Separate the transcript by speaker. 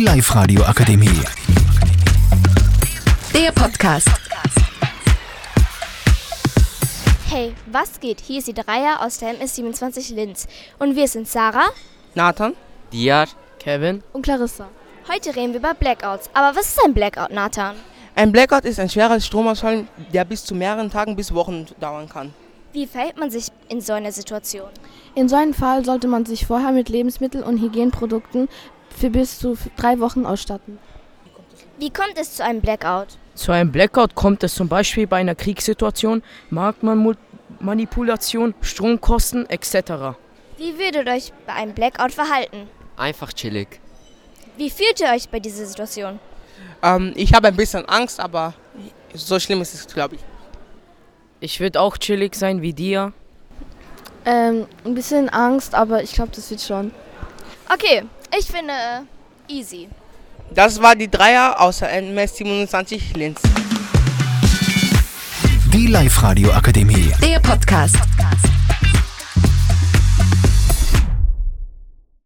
Speaker 1: Live radio akademie
Speaker 2: Der Podcast.
Speaker 3: Hey, was geht? Hier ist die Dreier aus der MS27 Linz. Und wir sind Sarah
Speaker 4: Nathan,
Speaker 5: Diar,
Speaker 6: Kevin,
Speaker 7: und Clarissa.
Speaker 3: Heute reden wir über Blackouts. Aber was ist ein Blackout, Nathan?
Speaker 4: ein Blackout ist ein schwerer Stromausfall, der bis zu mehreren Tagen bis Wochen dauern kann.
Speaker 3: Wie verhält man sich in so einer Situation?
Speaker 7: In so einem Fall sollte man sich vorher mit Lebensmitteln und Hygienprodukten für bis zu drei Wochen ausstatten.
Speaker 3: Wie kommt es zu einem Blackout?
Speaker 6: Zu einem Blackout kommt es zum Beispiel bei einer Kriegssituation, Marktmanipulation, Stromkosten etc.
Speaker 3: Wie würdet ihr euch bei einem Blackout verhalten?
Speaker 5: einfach chillig.
Speaker 3: Wie fühlt ihr euch bei dieser Situation?
Speaker 4: Ähm, ich habe ein bisschen Angst, aber so schlimm ist es, glaube ich.
Speaker 6: Ich würde auch chillig sein wie dir.
Speaker 7: Ähm, ein bisschen Angst, aber ich glaube, das wird schon.
Speaker 3: Okay, ich finde äh, easy.
Speaker 4: Das war die Dreier außer MS27 Linz.
Speaker 1: Die Live radio akademie
Speaker 2: Der Podcast.